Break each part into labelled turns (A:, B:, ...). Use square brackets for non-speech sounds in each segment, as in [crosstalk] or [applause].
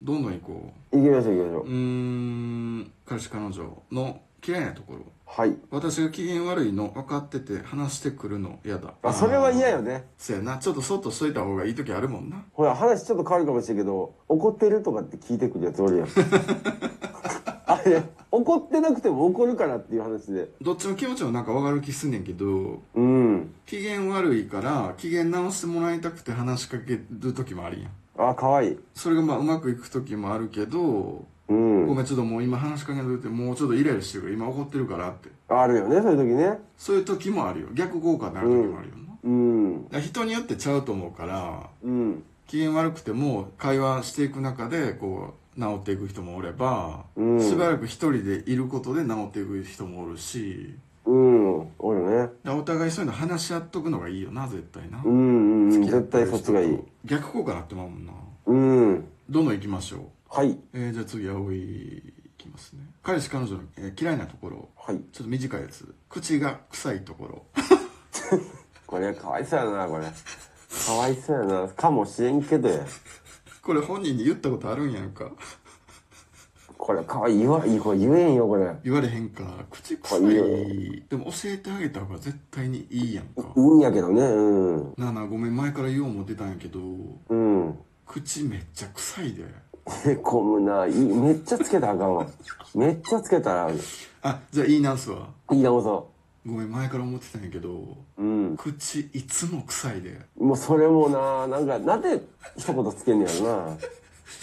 A: どんどん行こ
B: 行きましょう行きましょ
A: う。
B: う
A: うーん、彼氏彼女の嫌いなところ。
B: はい
A: 私が機嫌悪いの分かってて話してくるの嫌だ。
B: あそれは嫌よね
A: そやな、ちょっとそっとしといた方がいい時あるもんな。
B: ほら話ちょっと変わるかもしれんけど怒ってるとかって聞いてくるやつお
A: [laughs]
B: るやんあれ怒ってなくても怒るからっていう話で
A: どっちの気持ちもなんか分かる気すんねんけど、
B: うん
A: 機嫌悪いから機嫌直してもらいたくて話しかける時もあるやん。
B: あ可愛い
A: それがまあうまくいく時もあるけど、
B: うん
A: ごめんちょっともう今話しかけんといてもうちょっとイライラしてるから今怒ってるからって
B: あるよねそういう時ね
A: そういう時もあるよ逆効果になる時もあるよな、だか
B: うん
A: ら人によってちゃうと思うから
B: うん
A: 機嫌悪くても会話していく中でこう治っていく人もおれば、
B: うん
A: しばらく一人でいることで治っていく人もおるし
B: うんおるよね
A: だからお互いそういうの話し合っとくのがいいよな絶対な、
B: うんうんうん
A: 付き合
B: 絶
A: ってる
B: 対
A: 人
B: そっちがいい
A: と逆効果になってまうもんな
B: うん
A: どんどん行きましょう
B: はい
A: えー、じゃあ次葵いきますね彼氏彼女の、えー嫌いなところ
B: はい
A: ちょっと短いやつ口が臭いところ [laughs]
B: これかわいそうやなこれかわいそうやなかもしれんけどや
A: これ本人に言ったことあるんやんか
B: これかわいい言わいいこれ言えんよこれ
A: 言われへんか口臭
B: あいい
A: いでも教えてあげた方が絶対にいいやんか
B: いいんやけどねうん
A: なあなあごめん前から言おう思ってたんやけど
B: うん
A: 口めっちゃ臭いで
B: へこむないいめっちゃつけたらあかんわめっちゃつけたらあかん
A: あじゃあ言い直すわ
B: 言い直そ
A: ごめん前から思ってたんやけど
B: ううん
A: 口いつも臭いで
B: もうそれもななんかなんで一言つけんねやろな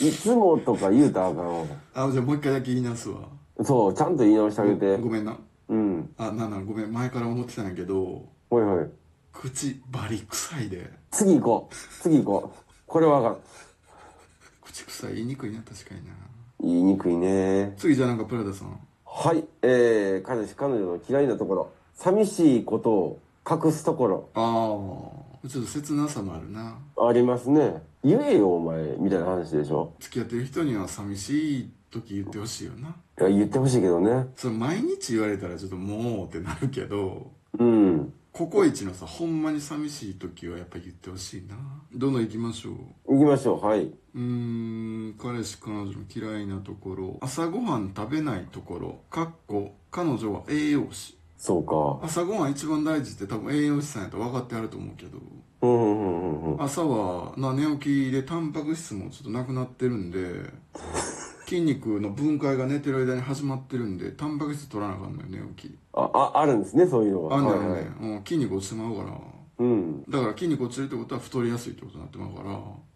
B: いつもとか言うたらあかんわ
A: あじゃあもう一回だけ言い直すわ
B: そうちゃんと言い直してあげて
A: ごめんな
B: うん
A: あなあなあごめん前から思ってたんやけど
B: ほいほい
A: 口バリ臭いで
B: 次行こう次行こうこれはあかん
A: 口臭い言いにくいな確かにな
B: 言いにくいね
A: 次じゃあなんかプラダさん
B: はいえー、彼氏彼女の嫌いなところ寂しいことを隠すところ
A: ああちょっと切なさもあるな
B: ありますね言えよお前みたいな話でしょ
A: 付き合ってる人には寂しい時言ってほしいよない
B: や言ってほしいけどね
A: その毎日言われたらちょっともうってなるけど
B: うん
A: ココイチのさほんまに寂しい時はやっぱ言ってほしいなどんどん行きましょう
B: 行きましょうはいう
A: ーん彼氏彼女の嫌いなところ朝ごはん食べないところかっこ彼女は栄養士
B: そうか
A: 朝ごはん一番大事って多分栄養士さんやと分かってあると思うけど
B: うんうんうんうんうん
A: 朝はな寝起きでタンパク質もちょっとなくなってるんで筋肉の分解が寝てる間に始まってるんでタンパク質取らなあかんのよ寝起き
B: あああるんですねそういうのが
A: あんねんあ
B: はい
A: ん
B: は
A: ね
B: い
A: ん、うん、筋肉落ちてまうから
B: うん
A: だから筋肉落ちるってことは太りやすいってことになってまうから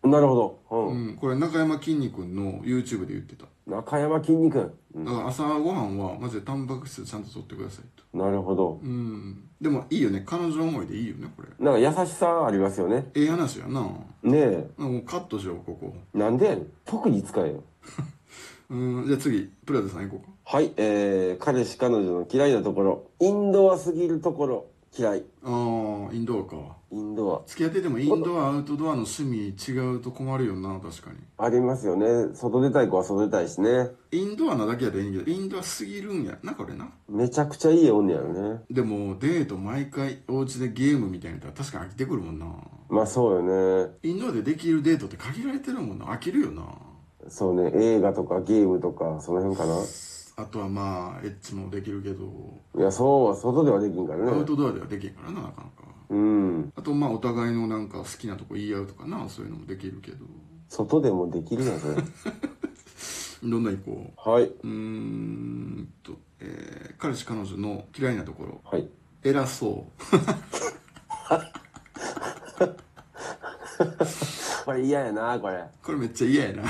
B: なるほど、う
A: うんん、これ中山きんに君の YouTube で言ってた
B: 中山きんに君、う
A: だから朝ごはんはマジでタンパク質ちゃんと取ってくださいと
B: ん、なるほど
A: うんでもいいよね彼女思いでいいよねこれ
B: なんか優しさありますよね
A: ええ話やななんか
B: ねえ
A: もうカットしようここ
B: なんでやねん特に使えよ
A: うんじゃあ次プラザさん行こうか
B: はいえー、彼氏彼女の嫌いなところインドアすぎるところ嫌い
A: ああインドアか
B: インド
A: 付き合っててもインドアアウトドアの趣味違うと困るよな確かに
B: アありますよね外出たい子は外出たいしね
A: インドアなだけやったらいいんやけどインドアすぎるんやなこれな
B: めちゃくちゃいいおんねやろね
A: でもデート毎回お家でゲームみたいなのやったら確かに飽きてくるもんな
B: まあそうよね
A: インドアでできるデートって限られてるもんな飽きるよな
B: そうね映画とかゲームとかその辺かな
A: あとはまあエッチもできるけど
B: いやそうは外ではできんから
A: アウ
B: ね
A: トドアではできへんからななかなか
B: うん
A: あとまあお互いのなんか好きなとこ言い合うとかなそういうのもできるけど
B: 外でもできるやん [laughs] それ
A: どんどん行こ
B: はいう
A: うーんと、えー彼氏彼女の嫌いなところ
B: はい
A: 偉そう
B: [laughs]
A: [laughs]
B: これ嫌やなこれ
A: これめっちゃ嫌やな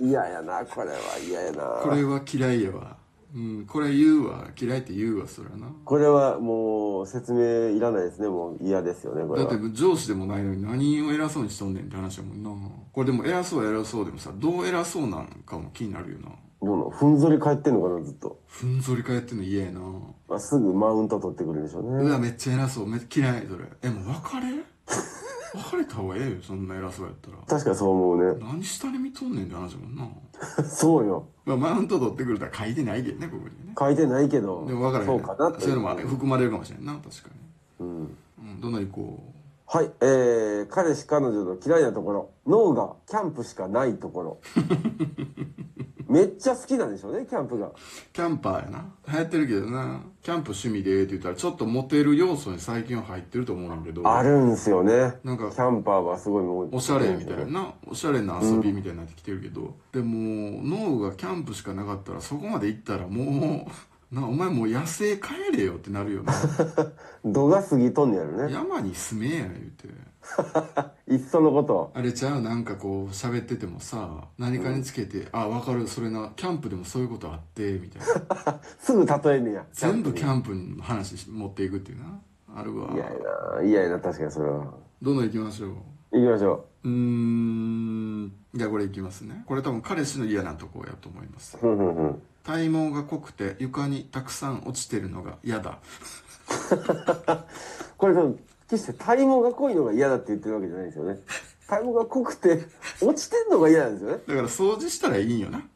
B: 嫌やなこれは嫌やな
A: これは嫌いやわうんこれ言うわ嫌いって言うわそらな
B: これはもう説明いらないですねもう嫌ですよねこれ
A: だっ
B: は
A: て上司でもないのに何を偉そうにしとんねんって話やもんなこれでも偉そうは偉そうでもさどう偉そうなんかも気になるよな
B: どんどんふんぞり返ってんのかなずっと、
A: ふんぞり返ってんの嫌やな
B: まあ、すぐマウント取ってくるでしょう
A: う
B: ね
A: わめっちゃ偉そうめっちゃ嫌いそれえもう別れ別れた方がええよそんな偉そうやったら
B: 確かにそう思うね [laughs]
A: 何下に見とんねんって話やもんな、
B: そうよ
A: まあ、マウント取ってくるとは書いてないけどねここにね
B: 書いてないけど
A: でも分からへん
B: そうかなって
A: そういうのも含まれるかもしれんな確かに
B: うん
A: うん、どんどん行こ
B: はい、えー、彼氏彼女の嫌いなところ脳がキャンプしかないとこ
A: [laughs]
B: ろめっちゃ好きなんでしょうねキャンプが
A: キャンパーやな流行ってるけどなキャンプ趣味でって言ったらちょっとモテる要素に最近は入ってると思うんだけど
B: あるんすよね
A: なんか
B: キャンパーはすごいもう
A: おしゃれみたいなおしゃれな遊びみたいになってきてるけど、でも脳がキャンプしかなかったらそこまで行ったらもうなお前もう野生帰れよってなるよ
B: [laughs]
A: な
B: 度が過ぎとんねやろね
A: 山に住めや言うて
B: いっそのこと [laughs]
A: あれちゃうなんかこう喋っててもさ何かにつけて「あ分かるそれなキャンプでもそういうことあって」み
B: [laughs]
A: たいな
B: すぐ例えんねや
A: 全部キ
B: キャ
A: ャンプの話持っていくっていうなあるわ
B: ンプに嫌やな嫌やな確かにそれは
A: どんどん行きましょう
B: 行きましょ
A: うーんじゃあこれいきますねこれ多分彼氏の嫌なとこやと思います
B: うふんふんふん
A: 体毛が濃くて床にたくさん落ちてるのが嫌だ
B: これでも決して体毛が濃いのが嫌だって言ってるわけじゃないですよ
A: [laughs]
B: ね体毛が濃くて落ちてんのが嫌なんですよね
A: だから掃除したらいいんよな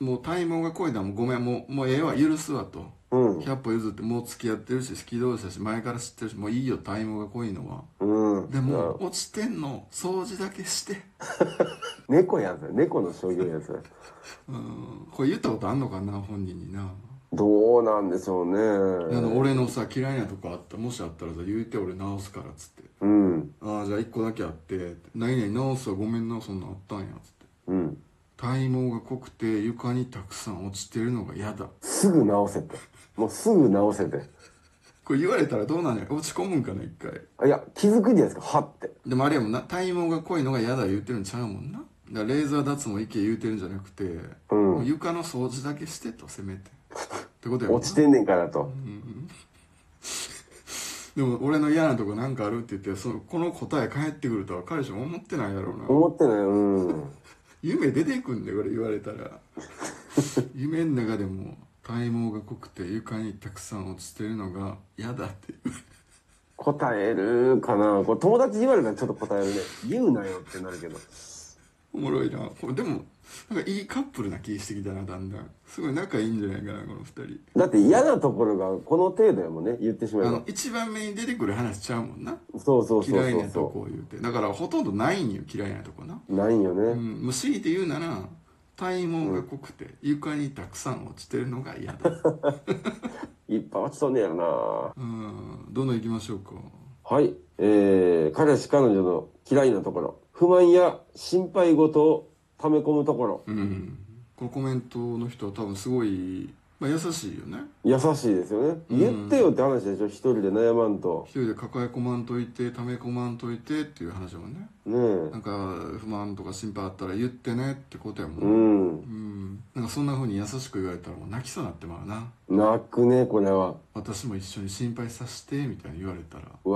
A: もう体毛が濃いのはもうごめんもうもうええわ許すわと
B: うん
A: 100歩譲ってもう付き合ってるし好き同士だし前から知ってるしもういいよ体毛が濃いのは
B: うん
A: でも落ちてんの掃除だけして
B: 猫やんそれ猫の商業やんそれ
A: うんこれ言ったことあんのかな本人にな
B: どうなんでしょう
A: あの
B: ね
A: 俺のさ嫌いなとこあったもしあったらさ言うて俺直すからっつって
B: うん
A: ああじゃあ1個だけあって何々直すわごめんなそんなんあったんやっつって
B: うん
A: 体毛が濃くて床にたくさん落ちてるのが嫌だ
B: すぐ直せてもうすぐ直せて
A: これ言われたらどうなのよ落ち込むんかな一回
B: あいや気づくんじゃないですかはって
A: でもあれやもんな体毛が濃いのが嫌だ言うてるんちゃうもんなだからレーザー脱毛行け言うてるんじゃなくて、
B: うん
A: もう床の掃除だけしてとせめてってことやもん
B: 落
A: な
B: ちてんねんからと
A: でも俺の嫌なとこなんかあるって言ってそのこの答え返ってくるとは彼氏も思ってないやろうな
B: 思ってないうん
A: 夢出てくんだよこれ言われた
B: [laughs]
A: ら夢の中でも体毛が濃くて床にたくさん落ちてるのが嫌だっていう
B: 答えるかなこれ友達に言われたらちょっと答えるね言うなよってなるけど
A: おもろいなこれでもなんかいいカップルな気してきたなだんだんすごい仲いいんじゃないかなこの二
B: だって嫌なところがこの程度やもんね言ってしま
A: 人
B: え
A: あ
B: ば
A: の一番目に出てくる話ちゃうもんな
B: そうそうそう
A: 嫌い
B: そ
A: な
B: う
A: とこ
B: そ
A: を言うてだからほとんどないんよ嫌いなとこな
B: うないんよ
A: う
B: ね
A: んもう強いて言うなら体毛が濃くて床にたくさん落ちてるのが嫌だ
B: [laughs] いっぱい落ちとんねやろ
A: うんどんどん行きましょうか
B: なはいえー、彼氏彼女の嫌いなところ不満や心配事を溜め込むところ
A: うんこのコメントの人は多分すごい、まあ、優しいよね
B: 優しいですよね言ってよって話でしょ一人で悩まんと
A: 一人で抱え込まんといて溜め込まんといてっていう話だもんね
B: ね
A: な
B: え
A: んか不満とか心配あったら言ってねってことやもん、
B: う
A: うん
B: ん
A: なんかそんな風に優しく言われたらもう泣きそうになってまうな
B: 泣くねこれは
A: 私も一緒に心配させてみたいに言われたら
B: う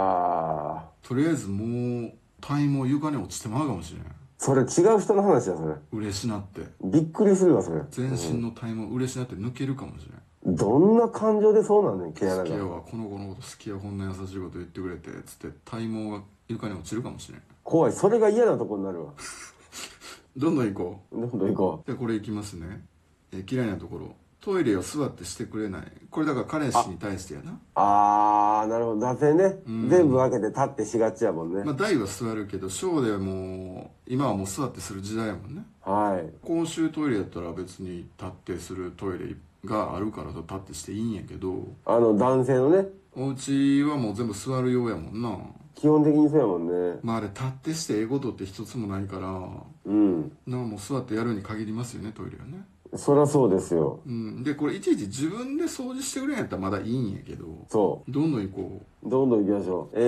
B: わあ
A: とりあえずもう体毛床に落ちてまうかもしれん
B: それ違う人の話やそれ
A: 嬉しなって
B: びっくりするわそれ
A: 全身の体毛嬉しなって抜けるかもしれん
B: どんな感情でそうなんねん毛
A: 好
B: 穴
A: きや
B: が
A: わこの子のこと好きやこんな優しいこと言ってくれてつって体毛が床に落ちるかもしれん
B: 怖いそれが嫌なとこになるわ
A: どんどん行こう
B: どんどん行こ
A: じゃあこれいきますね、えー嫌いなところトイレを座ってしてくれないこれだから彼氏に対してやな
B: うあーなるほど座禅ね全部分けて立ってしがちやもんね
A: まあ大は座るけど小ではもう今はもう座ってする時代やもんね
B: はい
A: 公衆トイレやったら別に立ってするトイレがあるからと立ってしていいんやけど
B: あの男性のね
A: お家はもう全部座るようやもんな
B: 基本的にそうやもんね
A: まああれ立ってしてええことって一つもないから
B: うん
A: なあもう座ってやるに限りますよねトイレはね
B: そりゃそうですよ
A: うんでこれいちいち自分で掃除してくれんやったらまだいいんやけど
B: そ
A: どんどん行こう
B: うどんどん行きましょうえ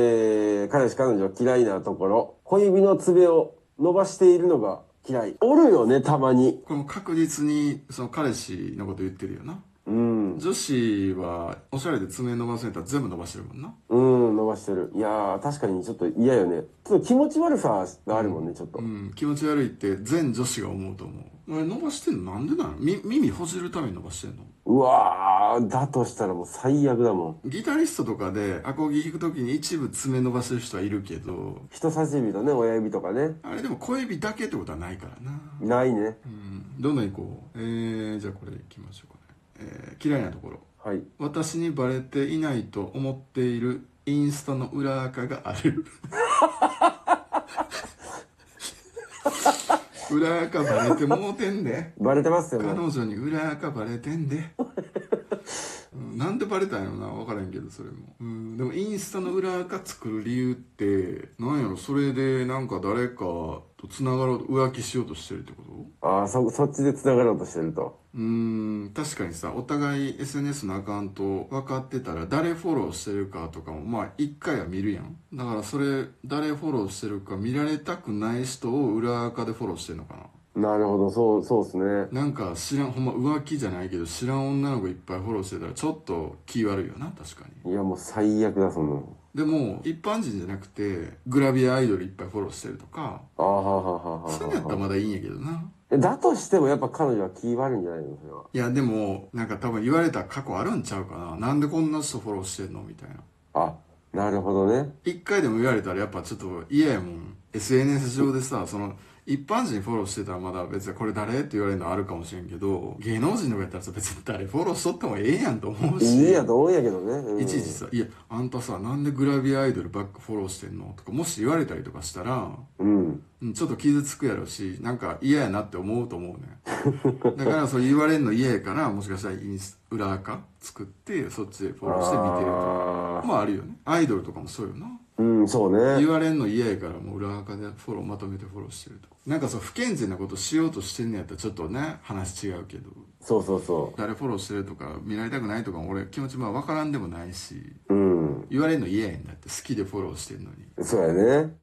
B: ー、彼氏彼女嫌いなところ小指の爪を伸ばしているのが嫌いおるよねたまに
A: これも確実にその彼氏のこと言ってるよな
B: うん
A: 女子はおしゃれで爪伸ばすんやったら全部伸ばしてるもんな
B: うん、伸ばしてる。いやー、確かにちょっと嫌よね。ちょっと気持ち悪さがあるもんね、ちょっと
A: う。ん気持ち悪いって全女子が思うと思うあれ伸ばしてんのなんでなのみ耳ほじるために伸ばしてんの
B: うわー、だとしたらもう最悪だもん。
A: ギタリストとかでアコギ弾く時に一部爪伸ばしてる人はいるけど
B: 人差し指とね、親指とかね。
A: あれでも小指だけってことはないからな
B: ないね。
A: うんどんどん行こうえー、じゃあこれ行きましょうかね、えー嫌いなところ
B: はい。
A: 私にバレていないと思っているインスタの裏垢がある [laughs] 裏垢バレてもうてんで
B: バレてますよ
A: 彼
B: ね。
A: 女に裏垢バレてんで、うん、なんでバレたんやろな分からんけどそれも、うん、でもインスタの裏垢作る理由ってなんやろそれでなんか誰かとつながろうと浮気しようとしてるってこと
B: ああ、そ、そっちで繋がろうとしてると。
A: うーん確かにさお互い SNS のアカウント分かってたら誰フォローしてるかとかもまあ一回は見るやんだからそれ誰フォローしてるか見られたくない人を裏垢でフォローしてんのか
B: なるほど、そう、そうですね。
A: ななんか知らんほんま浮気じゃないけど知らん女の子いっぱいフォローしてたらちょっと気悪いよな確かに
B: いや、もう最悪だ、そんなの。
A: でも一般人じゃなくてグラビアアイドルいっぱいフォローしてるとか
B: ああ、はあはあはあ
A: そういうのやったら
B: はあ。
A: まだいいんやけどな
B: えだとしても、やっぱ彼女は気悪いんじゃないのそれは。
A: いやでもなんか多分言われた過去あるんちゃうかななんでこんな人フォローしてんのみたいな
B: あ、なるほどね。
A: 一回でも言われたらやっぱちょっと嫌やもん SNS 上でさその一般人フォローしてたらまだ別にこれ誰って言われるのあるかもしれんけど芸能人とかやったらさ別に誰フォローしとってもええやんと思うし
B: いいやと思うんやけどね。うん
A: いちいちさ「いやあんたさなんでグラビアアイドルばっかフォローしてんの?」とかもし言われたりとかしたら
B: うん。
A: うんちょっと傷つくやろしなんか嫌やなって思うと思うねだからそう言われんの嫌やからもしかしたらインス裏垢作ってそっちでフォローして見てると
B: あ
A: かまああるよねアイドルとかもそうよな
B: ーうん、そうね
A: 言。われんの嫌やからもう裏垢でフォローまとめてフォローしてるとなんかそう不健全なことしようとしてんねやったらちょっとね話違うけど
B: そうそうそ
A: 誰フォローしてるとか見られたくないとかも俺気持ちまあ分からんでもないし
B: う。うん。
A: 言われんの嫌やんだって好きでフォローしてんのに
B: そうやね。